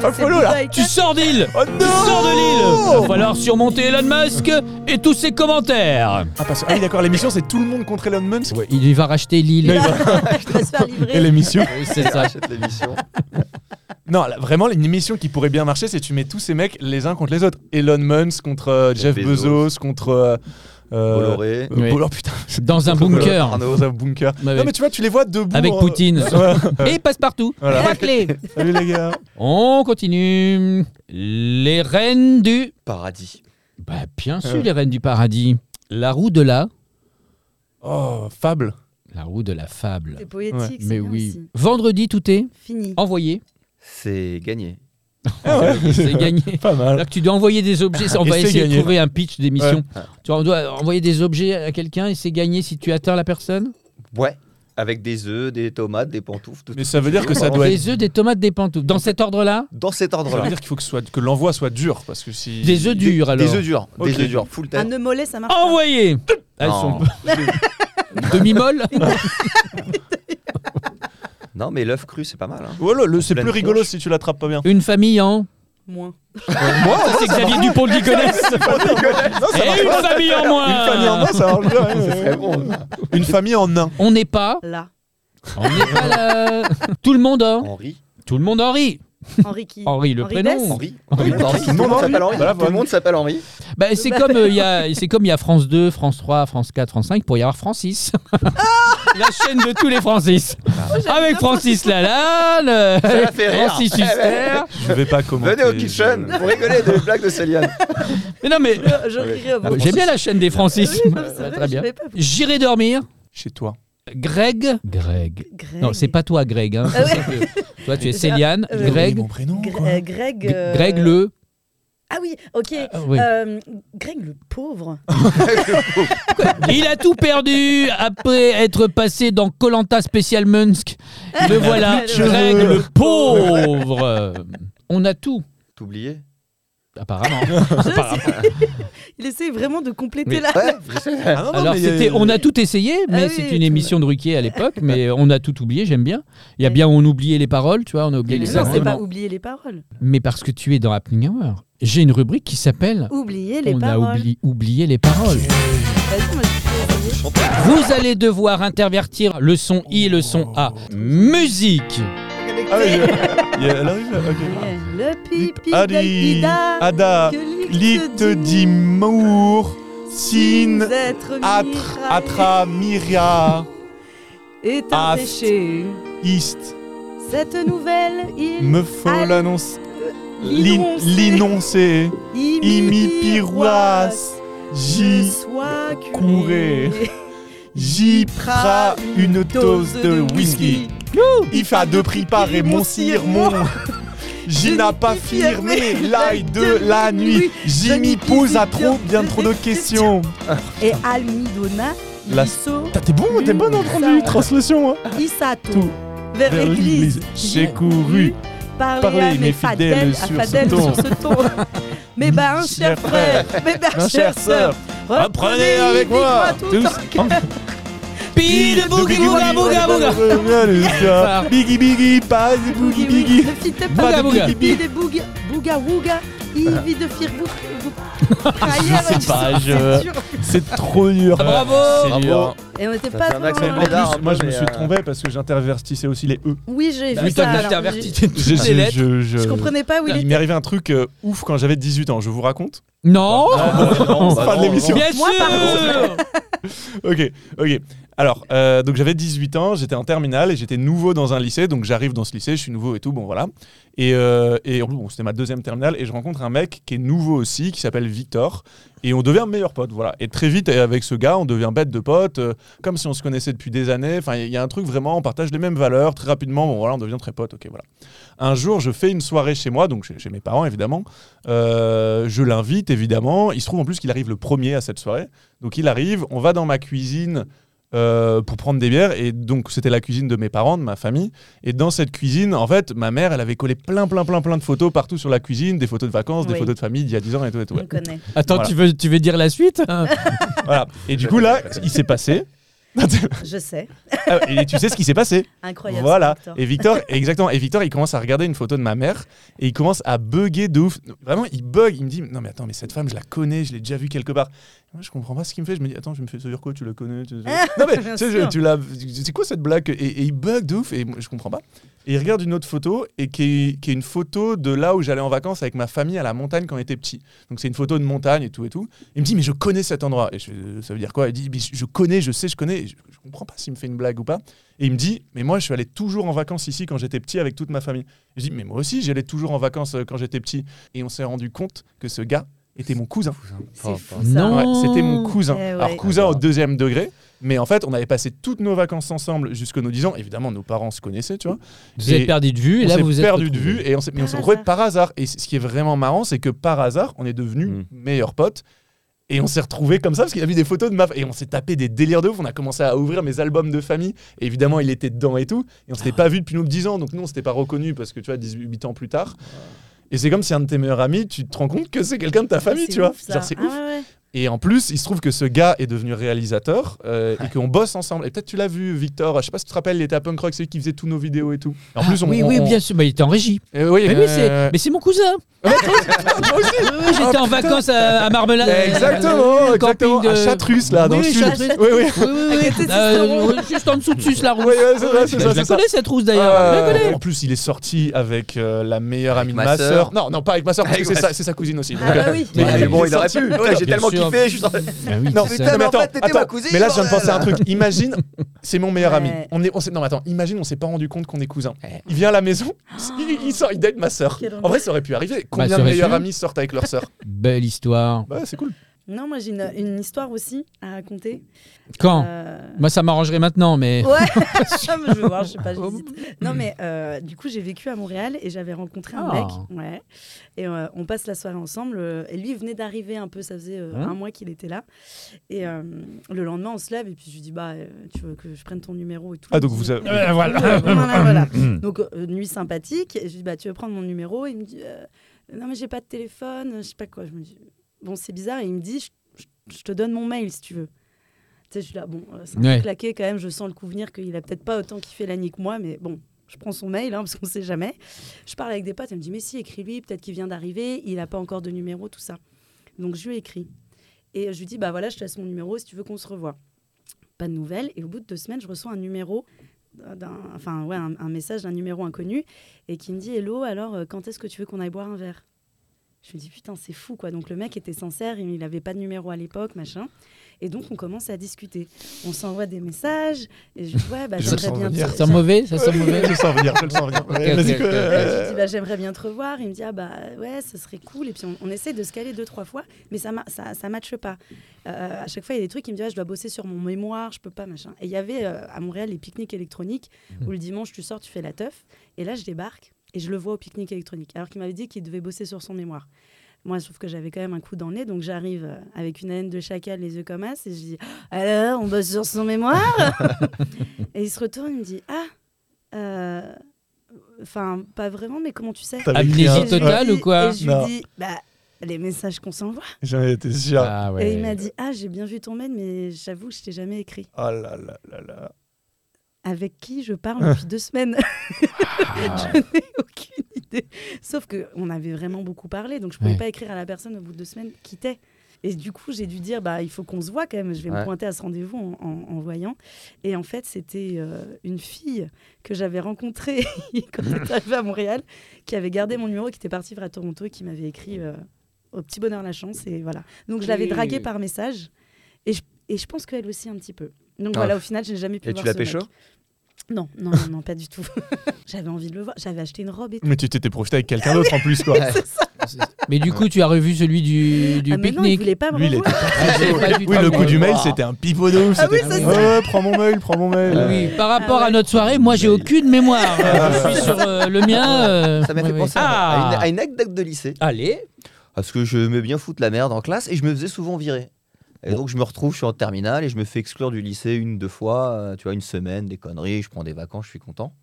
Speaker 5: Pas follow là
Speaker 1: Tu sors d'île.
Speaker 5: Oh
Speaker 1: Tu
Speaker 5: non
Speaker 1: sors de l'île. Il va falloir surmonter Elon Musk et tous ses commentaires.
Speaker 5: Ah, parce... ah oui, d'accord, l'émission c'est tout le monde contre Elon Musk
Speaker 1: Ouais, il va racheter l'île.
Speaker 3: Tu vas se faire livrer.
Speaker 5: Et l'émission
Speaker 2: Oui,
Speaker 1: c'est ça.
Speaker 2: Achète l'émission.
Speaker 5: Non, là, vraiment, une émission qui pourrait bien marcher, c'est tu mets tous ces mecs les uns contre les autres. Elon Musk contre euh, Jeff Bezos,
Speaker 2: Bezos. contre
Speaker 5: contre. euh, euh,
Speaker 2: Bolloré.
Speaker 5: euh,
Speaker 1: Oui.
Speaker 5: Bolloré, putain,
Speaker 1: Dans un bunker.
Speaker 5: dans un bunker.
Speaker 1: Avec-
Speaker 5: Non, mais tu vois, tu les vois debout.
Speaker 1: Avec
Speaker 5: euh,
Speaker 1: Poutine.
Speaker 5: ouais.
Speaker 1: Et passe-partout.
Speaker 5: Voilà.
Speaker 1: La clé.
Speaker 5: Salut les gars.
Speaker 1: On continue. Les reines du.
Speaker 2: Paradis.
Speaker 1: Bah, bien sûr,
Speaker 5: Euh.
Speaker 1: les reines du paradis. La roue de la.
Speaker 5: Oh, fable.
Speaker 1: La roue de la fable.
Speaker 3: C'est poétique,
Speaker 5: Ouais,
Speaker 3: c'est
Speaker 1: Mais
Speaker 3: bien
Speaker 1: oui.
Speaker 3: aussi.
Speaker 1: Vendredi, tout est
Speaker 3: Fini.
Speaker 1: envoyé.
Speaker 2: C'est gagné.
Speaker 5: Ah ouais.
Speaker 1: C'est gagné.
Speaker 5: Pas mal.
Speaker 1: Là que tu dois envoyer des objets, on
Speaker 5: Et
Speaker 1: va
Speaker 5: c'est
Speaker 1: essayer de
Speaker 5: gagné.
Speaker 1: trouver un pitch d'émission. Tu vois, on doit envoyer des objets à quelqu'un et c'est gagné si tu atteins la personne.
Speaker 2: Ouais. Avec des œufs, des tomates, des pantoufles. Tout
Speaker 5: Mais ça veut dire que ça doit être.
Speaker 1: Des œufs, des tomates, des pantoufles. Dans cet ordre-là,
Speaker 2: Dans cet
Speaker 5: Ça veut
Speaker 2: ordre-là.
Speaker 5: dire qu'il faut que, ce soit- que l'envoi soit dur. Parce que si.
Speaker 1: des œufs durs alors.
Speaker 2: Des œufs durs.
Speaker 5: Ok. ah,
Speaker 2: Des œufs durs. Full
Speaker 3: Un
Speaker 2: tête.
Speaker 3: nœud mollet, ça marche. pas.
Speaker 1: Envoyés. Elles sont
Speaker 2: Non.
Speaker 1: demi-molles.
Speaker 2: Non, mais l'œuf cru, c'est pas mal. hein.
Speaker 5: Ouais, le- le- Oh c'est
Speaker 2: Pleine
Speaker 5: plus rigolo
Speaker 2: tronche.
Speaker 5: si tu l'attrapes pas bien.
Speaker 1: Une famille en.
Speaker 3: Moins.
Speaker 1: Ça, c'est Xavier Dupont de Ligonnès. Et une famille en moins.
Speaker 5: Une famille en main, ça marche bien, ouais, ouais. Une famille en nain.
Speaker 1: On n'est pas.
Speaker 3: Là.
Speaker 1: On n'est pas là. Tout le monde en.
Speaker 2: Henri.
Speaker 1: Tout le monde Henri.
Speaker 3: Henri qui.
Speaker 1: Henri, le
Speaker 3: Henri Bess
Speaker 1: prénom.
Speaker 2: Henri.
Speaker 1: Henri.
Speaker 2: Henri. Henri. Tout le
Speaker 5: Non,
Speaker 2: monde
Speaker 5: Henri.
Speaker 2: s'appelle Henri.
Speaker 5: Voilà,
Speaker 2: Tout le monde s'appelle Henri.
Speaker 1: Bah, c'est comme euh, il y a, c'est comme il y a France 2, France 3, France 4, France 5 pour y avoir Francis. La chaîne de tous les Francis.
Speaker 3: Ah.
Speaker 1: Avec Francis Lalanne, euh,
Speaker 2: Ça m'a fait rire.
Speaker 1: Francis
Speaker 2: Eh ben.
Speaker 1: Huster.
Speaker 5: Je vais pas commenter.
Speaker 2: Venez au kitchen. Vous rigolez des blagues de Céliane.
Speaker 1: Mais non Ah, mais
Speaker 3: Je, je rirai au bout.
Speaker 1: j'aime bien la chaîne des
Speaker 3: Ah, Oui,
Speaker 1: Francis.
Speaker 3: non, c'est
Speaker 1: Ouais,
Speaker 3: vrai,
Speaker 1: très
Speaker 3: je
Speaker 1: bien.
Speaker 3: savais pas.
Speaker 1: J'irai dormir.
Speaker 5: Chez toi.
Speaker 1: Greg. Greg.
Speaker 3: Greg.
Speaker 1: Non, c'est pas toi Greg. Hein.
Speaker 3: Ah ouais.
Speaker 1: Toi tu es
Speaker 3: C'est-
Speaker 1: Céliane.
Speaker 3: euh,
Speaker 5: Oui,
Speaker 1: Greg.
Speaker 5: Mon prénom.
Speaker 3: Gre-
Speaker 5: quoi.
Speaker 3: euh, Greg. euh,
Speaker 1: Greg le.
Speaker 3: Ah oui, ok.
Speaker 1: Ah, oui.
Speaker 3: Euh, Greg le pauvre.
Speaker 1: Il a tout perdu après être passé dans Colanta spécial Munsk. Le voilà,
Speaker 3: Le
Speaker 1: Greg le pauvre. On a tout,
Speaker 2: T'oubliais
Speaker 1: apparemment.
Speaker 3: Je sais- Il essaie vraiment de compléter
Speaker 1: Mais-
Speaker 3: la.
Speaker 2: Ouais, je sais.
Speaker 5: Ah non, non,
Speaker 1: Alors
Speaker 5: mais,
Speaker 1: c'était,
Speaker 5: euh,
Speaker 1: on a tout essayé, mais
Speaker 3: Ah oui,
Speaker 1: c'est
Speaker 3: tout
Speaker 1: une
Speaker 3: va.
Speaker 1: émission de Ruquier à l'époque, mais on a tout oublié. J'aime bien. Il y a
Speaker 3: Ouais.
Speaker 1: bien on oubliait les paroles, tu vois, on a oublié
Speaker 3: Mais
Speaker 1: les
Speaker 3: Non, c'est
Speaker 1: paroles.
Speaker 3: pas oublier les paroles.
Speaker 1: Mais parce que tu es dans Happening Hour, j'ai une rubrique qui s'appelle
Speaker 3: Oublier les
Speaker 1: On
Speaker 3: paroles.
Speaker 1: a oubli- oublié les paroles.
Speaker 3: Vas-y, moi, je suis désolée.
Speaker 1: Vous allez devoir intervertir le son I et le son A. Musique.
Speaker 5: Ah ouais, je- il y a- elle arrive, là, ok.
Speaker 3: Le pipi
Speaker 5: Adi-
Speaker 3: d'Albida.
Speaker 5: Ada,
Speaker 3: que
Speaker 5: lit d'imour, sin,
Speaker 3: d'être
Speaker 5: atre, atra, miria,
Speaker 3: est
Speaker 5: ast.
Speaker 3: empêché.
Speaker 5: ist,
Speaker 3: Cette nouvelle, il
Speaker 5: me faut
Speaker 3: Al-
Speaker 5: l'annonce, l'in- l'énoncé, imi pirouas,
Speaker 3: je
Speaker 5: j'y
Speaker 3: sois curé.
Speaker 5: couré. j'y pra une dose de whisky. If à deux prix par et mon mon J'y n'a pas firmé l'ail de la nuit. J'y m'y pose à trop, bien trop de questions.
Speaker 3: Et Almidona,
Speaker 5: La-
Speaker 3: Lisso,
Speaker 5: Putain, T'es bon, t'es bonne en conduite, translation. hein.
Speaker 3: Isato,
Speaker 5: Tout.
Speaker 3: vers
Speaker 5: Vers
Speaker 3: l'église.
Speaker 5: l'église, j'ai couru,
Speaker 3: parler à mes fadèles, à fadèles sur ce ton. Mes ben, cher
Speaker 5: Cher
Speaker 3: frère, mes ben,
Speaker 5: ma
Speaker 3: chère
Speaker 5: chère
Speaker 3: sœur,
Speaker 5: sœur,
Speaker 3: reprenez avec moi tout en
Speaker 5: en
Speaker 1: Pile de boogie booga booga booga.
Speaker 5: booga. Biggie biggie, pas de boogie
Speaker 3: boogie
Speaker 5: biggie.
Speaker 3: Ne fitez
Speaker 5: Pas
Speaker 3: pas
Speaker 1: Booga,
Speaker 5: de
Speaker 1: booga.
Speaker 5: boogie
Speaker 3: Bi
Speaker 5: biggie.
Speaker 3: de booga, booga wooga, Ivy de fir book.
Speaker 5: Je sais pas, je- C'est trop dur.
Speaker 1: Ah, Bravo.
Speaker 5: C'est dur.
Speaker 3: Et on était
Speaker 2: Ça
Speaker 3: pas
Speaker 2: fait un
Speaker 3: loin.
Speaker 2: accent
Speaker 5: En
Speaker 3: hein.
Speaker 2: bizarre.
Speaker 5: plus, moi je me
Speaker 2: Mais,
Speaker 5: suis
Speaker 2: euh,
Speaker 5: trompé parce que j'intervertissais aussi les E.
Speaker 3: Oui, j'ai vu
Speaker 1: Putain,
Speaker 3: ça.
Speaker 1: Bah, t'as
Speaker 3: alors,
Speaker 1: interverti
Speaker 3: j'ai-
Speaker 1: toutes
Speaker 5: Je-
Speaker 1: les
Speaker 5: je-
Speaker 1: lettres.
Speaker 5: je- je-
Speaker 3: Je comprenais pas où il
Speaker 5: Il
Speaker 3: était.
Speaker 5: m'est arrivé un truc euh, ouf quand j'avais 18 ans, je vous raconte.
Speaker 1: Non.
Speaker 5: Ah,
Speaker 2: Non, bah
Speaker 5: Fin de
Speaker 2: non,
Speaker 5: l'émission.
Speaker 1: Bien
Speaker 3: Moi, par
Speaker 1: sûr.
Speaker 5: Ok, ok. Alors, euh, donc j'avais 18 ans, j'étais en terminale et j'étais nouveau dans un lycée. Donc j'arrive dans ce lycée, je suis nouveau et tout, bon voilà. Et, euh, et en plus, bon, c'était ma deuxième terminale et je rencontre un mec qui est nouveau aussi, qui s'appelle Victor. Et on devient meilleur pote, voilà. Et très vite, euh, avec ce gars, on devient bête de pote, euh, comme si on se connaissait depuis des années. Enfin, il y a un truc vraiment, on partage les mêmes valeurs. Très rapidement, bon voilà, on devient très pote, ok, voilà. Un jour, je fais une soirée chez moi, donc chez, chez mes parents évidemment. Euh, je l'invite évidemment. Il se trouve en plus qu'il arrive le premier à cette soirée. Donc il arrive, on va dans ma cuisine. euh, pour prendre des bières. Et donc, c'était la cuisine de mes parents, de ma famille. Et dans cette cuisine, en fait, ma mère, elle avait collé plein, plein, plein, plein de photos partout sur la cuisine, des photos de vacances, des
Speaker 3: Oui.
Speaker 5: photos de famille d'il y a 10 ans et tout. Et, tout.
Speaker 3: On connaît.
Speaker 1: Attends,
Speaker 5: Voilà.
Speaker 1: tu, veux, tu veux dire la suite
Speaker 5: Voilà. et du coup, là, il s'est passé.
Speaker 3: Je sais.
Speaker 5: Ah, et tu sais ce qui s'est passé
Speaker 3: Incroyable.
Speaker 5: Voilà.
Speaker 3: ce Victor.
Speaker 5: Et Victor, exactement. Et Victor, il commence à regarder une photo de ma mère et il commence à bugger de ouf. Vraiment, il bug. Il me dit Non, mais attends, mais cette femme, je la connais, je l'ai déjà vue quelque part. Moi, je comprends pas ce qu'il me fait. Je me dis Attends, je me fais dire quoi Tu la connais tu- Non, mais
Speaker 3: Ah, Bien
Speaker 5: tu sais, je-
Speaker 3: sûr.
Speaker 5: tu l'as. C'est quoi cette blague et, et il bug de ouf. Et moi, je comprends pas. Et il regarde une autre photo et qui est, qui est une photo de là où j'allais en vacances avec ma famille à la montagne quand on était petit. Donc c'est une photo de montagne et tout et tout. Il me dit mais je connais cet endroit. Et je fais, Euh, ça veut dire quoi Il dit mais je je connais, je sais, je connais. Et Je, je comprends pas s'il me fait une blague ou pas. Et il me dit mais moi je suis allé toujours en vacances ici quand j'étais petit avec toute ma famille. Je dis mais moi aussi j'allais toujours en vacances euh, quand j'étais petit. Et on s'est rendu compte que ce gars était mon cousin.
Speaker 3: C'est fou, ça.
Speaker 1: Non.
Speaker 5: Ouais, c'était mon cousin.
Speaker 3: Eh ouais.
Speaker 5: Alors cousin
Speaker 2: Ah
Speaker 5: au
Speaker 2: bah.
Speaker 5: deuxième degré. Mais en fait, on avait passé toutes nos vacances ensemble jusqu'à nos 10 ans. Évidemment, nos parents se connaissaient, tu vois
Speaker 1: Vous êtes
Speaker 5: Et
Speaker 1: perdu de vue et
Speaker 5: on
Speaker 1: là
Speaker 5: s'est
Speaker 1: vous vous êtes
Speaker 5: perdu de
Speaker 1: retrouvés.
Speaker 5: vue et on s'est mais on
Speaker 3: Par
Speaker 5: s'est retrouvés
Speaker 3: hasard.
Speaker 5: par hasard. Et c- ce qui est vraiment marrant, c'est que par hasard, on est devenus
Speaker 2: Mm.
Speaker 5: meilleurs potes. Et on s'est retrouvés comme ça parce qu'il a vu des photos de ma et on s'est tapé des délires de ouf. On a commencé à ouvrir mes albums de famille. Et évidemment, il était dedans et tout. Et on s'était
Speaker 1: Ah.
Speaker 5: pas vu depuis nos 10 ans. Donc nous, on s'était pas reconnus parce que tu vois, 18 ans plus tard. Et c'est comme si un de tes meilleurs amis, tu te rends compte que c'est quelqu'un de ta famille,
Speaker 3: Ah, C'est
Speaker 5: tu vois.
Speaker 3: ouf, ça.
Speaker 5: Genre, c'est
Speaker 3: Ah
Speaker 5: ouf.
Speaker 3: ouais, ouais.
Speaker 5: Et en plus, il se trouve que ce gars est devenu réalisateur euh, et qu'on bosse ensemble. Et peut-être tu l'as vu, Victor. Je sais pas si tu te rappelles, il était à Punk Rock, c'est lui qui faisait tous nos vidéos et tout. En plus, on,
Speaker 1: Ah, oui,
Speaker 5: on-
Speaker 1: oui,
Speaker 5: on-
Speaker 1: bien sûr. Bah, il était en régie.
Speaker 5: Euh, oui,
Speaker 1: Mais oui, c'est-
Speaker 5: euh,
Speaker 1: mais c'est mon cousin.
Speaker 5: moi aussi.
Speaker 1: Oui, oui, J'étais en vacances à, à Marmelade.
Speaker 5: oh, Mais exactement,
Speaker 1: euh, camping
Speaker 5: exactement.
Speaker 1: de-
Speaker 5: À Chartreuse, là, dans
Speaker 1: Oui,
Speaker 5: le
Speaker 1: oui,
Speaker 5: sud.
Speaker 1: Chartreuse.
Speaker 5: Oui, oui.
Speaker 1: Oui, oui,
Speaker 2: ah,
Speaker 3: À
Speaker 1: oui.
Speaker 3: côté de
Speaker 1: Euh,
Speaker 3: Sisteron.
Speaker 1: juste en dessous de Suisse, la roue.
Speaker 5: Oui, oui, c'est ça, c'est
Speaker 1: Je
Speaker 5: ça, c'est
Speaker 1: la
Speaker 5: ça.
Speaker 1: connais cette rousse d'ailleurs.
Speaker 5: Ouais,
Speaker 1: Je la
Speaker 5: ouais,
Speaker 1: connais.
Speaker 5: ouais. en plus, il est sorti avec euh, la meilleure
Speaker 2: Avec
Speaker 5: amie de
Speaker 2: ma
Speaker 5: ma sœur.
Speaker 2: sœur.
Speaker 5: Non, non, pas avec ma sœur, parce
Speaker 2: Avec
Speaker 5: que c'est
Speaker 2: ma
Speaker 5: sa, c'est sa cousine aussi.
Speaker 3: Ah bah oui.
Speaker 2: Mais,
Speaker 5: Ouais.
Speaker 2: bon, il aurait
Speaker 5: Sorti-
Speaker 2: pu.
Speaker 5: Ouais,
Speaker 2: Putain, J'ai
Speaker 1: bien
Speaker 2: tellement
Speaker 1: sûr.
Speaker 2: kiffé. Je suis sorti-
Speaker 1: Ah oui,
Speaker 5: Non,
Speaker 1: c'est
Speaker 2: putain,
Speaker 1: ça.
Speaker 2: mais en fait, t'étais ma cousine,
Speaker 5: mais là, je viens de
Speaker 2: bordel.
Speaker 5: penser à un truc. Imagine, c'est mon meilleur
Speaker 3: Ouais.
Speaker 5: ami. On est, on s'est- non, mais attends, imagine, on s'est pas rendu compte qu'on est cousins. Il vient à la maison, il, il sort, il date ma sœur.
Speaker 3: Quel
Speaker 5: En vrai, ça aurait pu arriver. Combien
Speaker 1: ça
Speaker 5: de
Speaker 1: aurait
Speaker 5: meilleurs
Speaker 1: su.
Speaker 5: amis sortent avec leur sœur
Speaker 1: Belle histoire.
Speaker 5: Bah, c'est cool.
Speaker 3: Non, moi j'ai une, une histoire aussi à raconter.
Speaker 1: Quand
Speaker 3: Euh,
Speaker 1: Moi, ça m'arrangerait maintenant, mais.
Speaker 3: Ouais, je veux voir, je sais pas, j'hésite. Non, mais euh, du coup, j'ai vécu à Montréal et j'avais rencontré un
Speaker 1: Ah.
Speaker 3: mec. Ouais. Et euh, on passe la soirée ensemble. euh, et lui, il venait d'arriver un peu, ça faisait euh,
Speaker 1: Hein
Speaker 3: un mois qu'il était là. Et euh, le lendemain, on se lève et puis je lui dis Bah, euh, tu veux que je prenne ton numéro et tout.
Speaker 5: Ah, donc
Speaker 3: Il
Speaker 5: vous
Speaker 3: dit,
Speaker 5: avez.
Speaker 1: Euh,
Speaker 3: Ouais, voilà, voilà.
Speaker 1: Mm.
Speaker 3: Donc, euh, nuit sympathique. Et je lui dis, bah, tu veux prendre mon numéro Il me dit, euh, non, mais j'ai pas de téléphone, je sais pas quoi. Je me dis, bon, c'est bizarre. Et il me dit, je- je je te donne mon mail si tu veux. Tu sais, je suis là, bon, euh, c'est un peu
Speaker 1: Ouais.
Speaker 3: claqué quand même. Je sens le coup venir qu'il a peut-être pas autant kiffé la nuit que moi, mais bon. Je prends son mail, hein, parce qu'on sait jamais. Je parle avec des potes, elle me dit, mais si, écris-lui, peut-être qu'il vient d'arriver, il n'a pas encore de numéro, tout ça. Donc je lui écris. Et je lui dis, bah voilà, je te laisse mon numéro si tu veux qu'on se revoie. Pas de nouvelles. Et au bout de deux semaines, je reçois un numéro, d'un- enfin ouais, un, un message d'un numéro inconnu et qui me dit, hello, alors euh, quand est-ce que tu veux qu'on aille boire un verre Je me dis, putain, c'est fou quoi. Donc le mec était sincère, il n'avait pas de numéro à l'époque, machin. Et donc on commence à discuter. On s'envoie des messages. Et je dis, ouais, bah
Speaker 5: Je
Speaker 3: j'aimerais
Speaker 5: sens
Speaker 3: bien. te-
Speaker 5: venir.
Speaker 1: Ça sent mauvais, ça sent mauvais.
Speaker 5: Je le sens venir, je le sens venir.
Speaker 1: ok,
Speaker 5: Vas-y,
Speaker 1: ok.
Speaker 5: quoi,
Speaker 3: Ouais, je
Speaker 5: euh,
Speaker 3: lui dis, bah, j'aimerais bien te revoir. Il me dit, ah bah ouais, ça serait cool. Et puis on, on essaie de se caler deux, trois fois, mais ça ma- ça, ça matche pas. Euh, à chaque fois, il y a des trucs, il me dit, ah, je dois bosser sur mon mémoire, je peux pas, machin. Et il y avait euh, à Montréal les pique-niques électroniques où le dimanche, tu sors, tu fais la teuf. Et là, je débarque et je le vois au pique-nique électronique, alors qu'il m'avait dit qu'il devait bosser sur son mémoire. Moi, je trouve que j'avais quand même un coup dans le nez, donc j'arrive euh, avec une haleine de chacal, les yeux comme as, et je dis Alors, on bosse sur son mémoire Et il se retourne, il me dit Ah, euh, enfin, pas vraiment, mais comment tu sais
Speaker 5: t'avais écrit un-
Speaker 1: Amnésie
Speaker 3: je lui
Speaker 1: totale
Speaker 3: dis-
Speaker 1: ou quoi
Speaker 3: Et je
Speaker 5: Non.
Speaker 3: lui dis Bah, les messages qu'on s'envoie.
Speaker 5: J'en étais sûr.
Speaker 1: Ah ouais.
Speaker 3: Et il m'a dit Ah, j'ai bien vu ton mail, mais j'avoue, je t'ai jamais écrit.
Speaker 5: Oh là là là là.
Speaker 3: Avec qui je parle depuis deux semaines
Speaker 1: Ah.
Speaker 3: Je n'ai aucune idée. Sauf que on avait vraiment beaucoup parlé, donc je pouvais
Speaker 1: Ouais.
Speaker 3: pas écrire à la personne au bout de deux semaines qui t'es. Et du coup, j'ai dû dire bah il faut qu'on se voit quand même. Je vais me
Speaker 2: Ouais.
Speaker 3: pointer à ce rendez-vous en, en- en voyant. Et en fait, c'était euh, une fille que j'avais rencontrée quand j'étais arrivée à Montréal, qui avait gardé mon numéro, qui était partie vers Toronto et qui m'avait écrit euh, au petit bonheur la chance. Et voilà. Donc je l'avais
Speaker 1: Mmh.
Speaker 3: draguée par message. Et je, et je pense qu'elle aussi un petit peu. Donc
Speaker 2: Ah.
Speaker 3: voilà, au final, j'ai jamais pu
Speaker 2: Et
Speaker 3: voir
Speaker 2: tu l'as
Speaker 3: ce mec.
Speaker 2: pécho
Speaker 3: Non, non, non, non, pas du tout. J'avais envie de le voir. J'avais acheté une robe et tout.
Speaker 5: Mais tu t'étais projeté avec quelqu'un d'autre en plus, quoi.
Speaker 1: Mais du coup, tu as revu celui du, du
Speaker 3: ah, mais non, il
Speaker 1: pique-nique.
Speaker 3: voulait pas me
Speaker 5: Lui, il
Speaker 3: revoir.
Speaker 1: Ah, j'avais pas vu
Speaker 5: Oui,
Speaker 1: ton
Speaker 5: le coup
Speaker 1: mail.
Speaker 5: du mail,
Speaker 2: Wow.
Speaker 5: c'était un pipeau de ouf.
Speaker 3: Ah oui,
Speaker 5: c'était-
Speaker 3: c'est ça.
Speaker 5: Ouais, prends mon mail, prends mon mail.
Speaker 1: Oui, par rapport
Speaker 3: Ah
Speaker 1: à
Speaker 3: ouais.
Speaker 1: notre soirée, moi j'ai aucune mémoire.
Speaker 5: Ah
Speaker 1: Je suis sur euh, le mien. euh,
Speaker 2: Ça m'a
Speaker 1: ouais,
Speaker 2: fait
Speaker 1: ouais.
Speaker 2: penser à,
Speaker 1: Ah
Speaker 2: à une, à une anecdote de lycée.
Speaker 1: Allez,
Speaker 2: Parce que je me bien foutre la merde en classe et je me faisais souvent virer. Et donc je me retrouve, je suis en terminale et je me fais exclure du lycée une, deux fois, euh, tu vois, une semaine, des conneries, je prends des vacances, je suis content.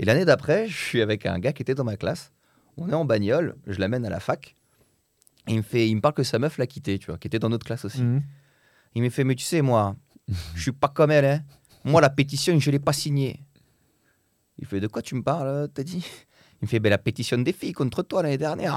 Speaker 2: Et l'année d'après, je suis avec un gars qui était dans ma classe. On est en bagnole, je l'amène à la fac. Et il me, fait, il me parle que sa meuf l'a quitté, tu vois, qui était dans notre classe aussi.
Speaker 5: Mhm.
Speaker 2: Il me fait, mais tu sais, moi, je suis pas comme elle, hein. Moi, la pétition, je l'ai pas signée. Il fait, de quoi tu me parles, euh, t'as dit Il me fait, ben la pétition des filles contre toi l'année dernière.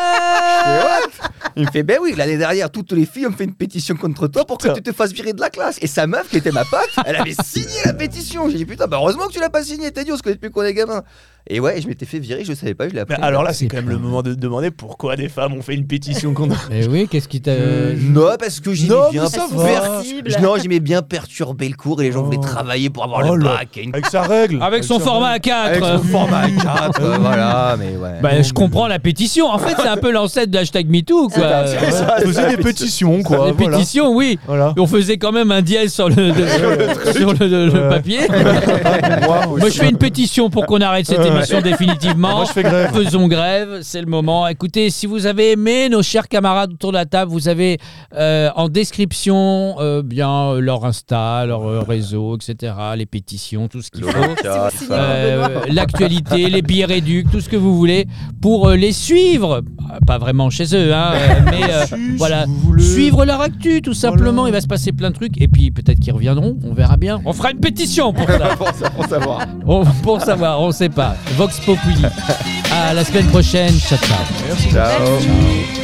Speaker 2: Je fais, What Il me fait, ben oui, l'année dernière, toutes les filles ont fait une pétition contre toi pour que
Speaker 5: Putain.
Speaker 2: tu te fasses virer de la classe. Et sa meuf, qui était ma pote, elle avait signé la pétition. J'ai dit, putain, bah heureusement que tu l'as pas signée, t'as dit, on se connaît depuis qu'on est gamin. Et ouais, je m'étais fait virer, je savais pas, je l'ai
Speaker 5: Mais
Speaker 2: appris.
Speaker 5: alors là, c'est
Speaker 1: C'est
Speaker 5: quand même le moment de demander pourquoi des femmes ont fait une pétition contre.
Speaker 1: Mais oui, qu'est-ce qui t'a.
Speaker 2: Non, parce que j'aimais
Speaker 5: Non,
Speaker 2: bien
Speaker 5: mais ça
Speaker 3: va.
Speaker 2: perturber.
Speaker 3: Sensible.
Speaker 2: Non, j'aimais bien perturber le cours et les gens voulaient
Speaker 5: Oh.
Speaker 2: travailler pour avoir
Speaker 5: Oh
Speaker 2: le
Speaker 5: là.
Speaker 2: bac. Et une Ah,
Speaker 5: Avec sa règle.
Speaker 1: Avec son
Speaker 5: sa
Speaker 1: format
Speaker 5: règle.
Speaker 2: Avec
Speaker 1: A4.
Speaker 2: son format 4, voilà, mais ouais.
Speaker 1: Bah, je comprends la pétition. En fait, c'est un peu l'ancêtre de hashtag MeToo, quoi.
Speaker 5: Ouais,
Speaker 2: ça,
Speaker 5: faisait
Speaker 2: ça,
Speaker 5: des
Speaker 2: mais
Speaker 5: pétitions, quoi.
Speaker 1: Les
Speaker 5: voilà.
Speaker 1: pétitions, oui.
Speaker 5: Voilà.
Speaker 1: On faisait quand même un dièse sur le, de- sur le, le- le
Speaker 5: Ouais.
Speaker 1: papier.
Speaker 5: Moi,
Speaker 1: Moi, je fais une pétition pour qu'on arrête cette
Speaker 5: Ouais.
Speaker 1: émission définitivement.
Speaker 5: Moi, je fais grève.
Speaker 1: Faisons grève, c'est le moment. Écoutez, si vous avez aimé nos chers camarades autour de la table, vous avez euh, en description euh, bien euh, leur Insta, leur euh, réseau, etc., les pétitions, tout ce qu'il faut.
Speaker 2: Lorenza,
Speaker 3: Si vous
Speaker 2: tout
Speaker 3: signez-
Speaker 2: ça.
Speaker 1: Euh,
Speaker 3: Benoît.
Speaker 1: l'actualité, les billets réduits, tout ce que vous voulez, pour euh, les suivre. Ah, Pas vraiment chez eux, hein, euh, mais euh, voilà. Suivre leur actu, tout simplement. Il va se passer plein de trucs. Et puis peut-être qu'ils reviendront, on verra bien. On fera une pétition pour ça.
Speaker 2: Pour ça- pour savoir.
Speaker 1: On- pour savoir, on sait pas. Vox Populi. À la semaine prochaine. Ciao, ciao.
Speaker 2: Ciao.
Speaker 3: Merci.